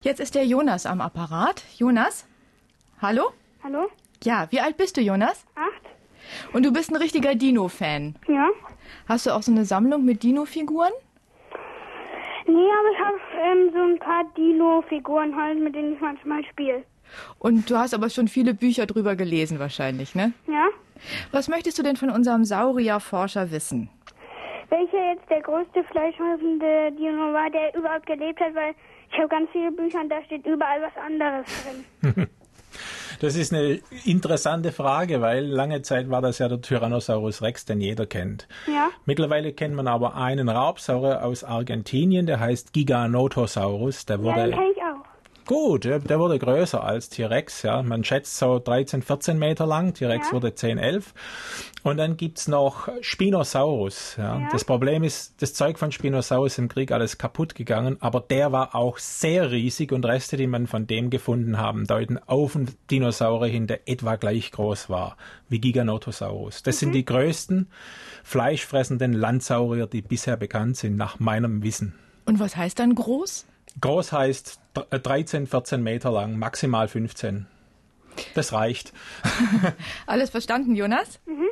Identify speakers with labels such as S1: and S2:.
S1: Jetzt ist der Jonas am Apparat. Jonas? Hallo?
S2: Hallo?
S1: Ja, wie alt bist du, Jonas?
S2: Acht?
S1: Und du bist ein richtiger Dino-Fan.
S2: Ja?
S1: Hast du auch so eine Sammlung mit Dino-Figuren?
S2: Nee, aber ich habe ähm, so ein paar Dino-Figuren halt, mit denen ich manchmal spiele.
S1: Und du hast aber schon viele Bücher drüber gelesen wahrscheinlich, ne?
S2: Ja?
S1: Was möchtest du denn von unserem Saurierforscher wissen?
S2: Welcher jetzt der größte fleischfressende Dino war, der überhaupt gelebt hat, weil ich habe ganz viele Bücher und da steht überall was anderes drin.
S3: Das ist eine interessante Frage, weil lange Zeit war das ja der Tyrannosaurus Rex, den jeder kennt.
S2: Ja?
S3: Mittlerweile kennt man aber einen Raubsaurier aus Argentinien, der heißt Giganotosaurus. Der
S2: Ja,
S3: wurde
S2: den kenne ich auch.
S3: gut, ja, der wurde größer als T-Rex. Ja. Man schätzt so 13, 14 Meter lang. T-Rex
S2: Ja.
S3: wurde 10, 11. Und dann gibt's noch Spinosaurus. Ja.
S2: Ja.
S3: Das Problem ist, das Zeug von Spinosaurus im Krieg alles kaputt gegangen, aber der war auch sehr riesig und Reste, die man von dem gefunden haben, deuten auf einen Dinosaurier hin, der etwa gleich groß war wie Giganotosaurus. Das sind die größten fleischfressenden Landsaurier, die bisher bekannt sind, nach meinem Wissen.
S1: Und was heißt dann groß?
S3: Groß heißt dr- äh, 13, 14 Meter lang, maximal 15. Das reicht.
S1: Alles verstanden, Jonas? Mhm.